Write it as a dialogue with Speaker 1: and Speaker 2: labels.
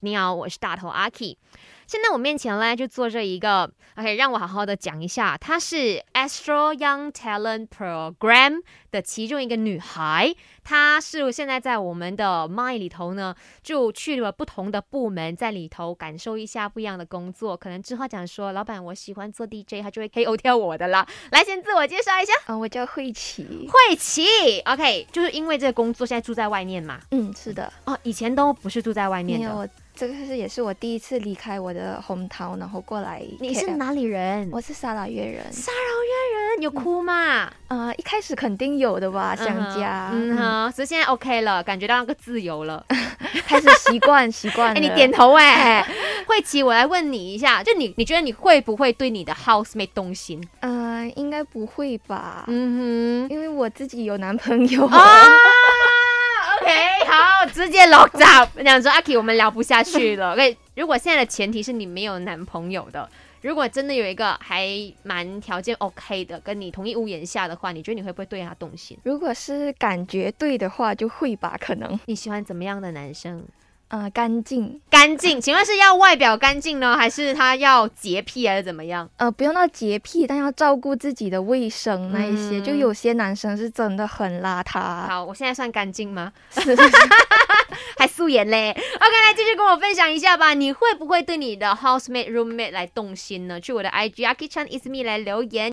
Speaker 1: 你好，我是大头阿 K。现在我面前呢就坐着一个，OK，让我好好的讲一下，她是 Astro Young Talent Program 的其中一个女孩，她是现在在我们的 My 里头呢，就去了不同的部门，在里头感受一下不一样的工作。可能之后讲说，老板我喜欢做 DJ，她就会 KO 掉我的啦。来，先自我介绍一下，
Speaker 2: 嗯、我叫慧琪。
Speaker 1: 慧琪，OK，就是因为这个工作现在住在外面嘛，
Speaker 2: 嗯，是的，
Speaker 1: 哦，以前都不是住在外面
Speaker 2: 没
Speaker 1: 的。
Speaker 2: 有，这个是也是我第一次离开我的 hometown，然后过来 KL。
Speaker 1: 你是哪里人？
Speaker 2: 我是沙拉越人。
Speaker 1: 沙饶越人有哭吗？
Speaker 2: 呃，一开始肯定有的吧，嗯想家，
Speaker 1: 嗯
Speaker 2: 嗯
Speaker 1: 哼，所以现在 OK 了，感觉到那个自由了。
Speaker 2: 开始习惯习惯
Speaker 1: 哎、
Speaker 2: 了。
Speaker 1: 你点头 哎、慧琪，我来问你一下，就你你觉得你会不会对你的 housemate 动心？
Speaker 2: 呃，应该不会吧？
Speaker 1: 嗯哼，
Speaker 2: 因为我自己有男朋友。
Speaker 1: 啊，OK，好，直接 lock up。想说阿 K，我们聊不下去了。OK，如果现在的前提是你没有男朋友的。如果真的有一个还蛮条件 OK 的，跟你同一屋檐下的话，你觉得你会不会对他动心？
Speaker 2: 如果是感觉对的话，就会吧，可能。
Speaker 1: 你喜欢怎么样的男生？
Speaker 2: 呃，干净，
Speaker 1: 干净， 请问是要外表干净呢，还是他要洁癖，还是怎么样？
Speaker 2: 呃，不用到洁癖，但要照顾自己的卫生那一些。
Speaker 1: 嗯
Speaker 2: 就有些男生是真的很邋遢，
Speaker 1: 好，我现在算干净 吗？
Speaker 2: 是是是
Speaker 1: 还素颜嘞？OK，来继续跟我分享一下吧。你会不会对你的 housemate、roommate 来动心呢？去我的 IG a k i c h a n is me 来留言。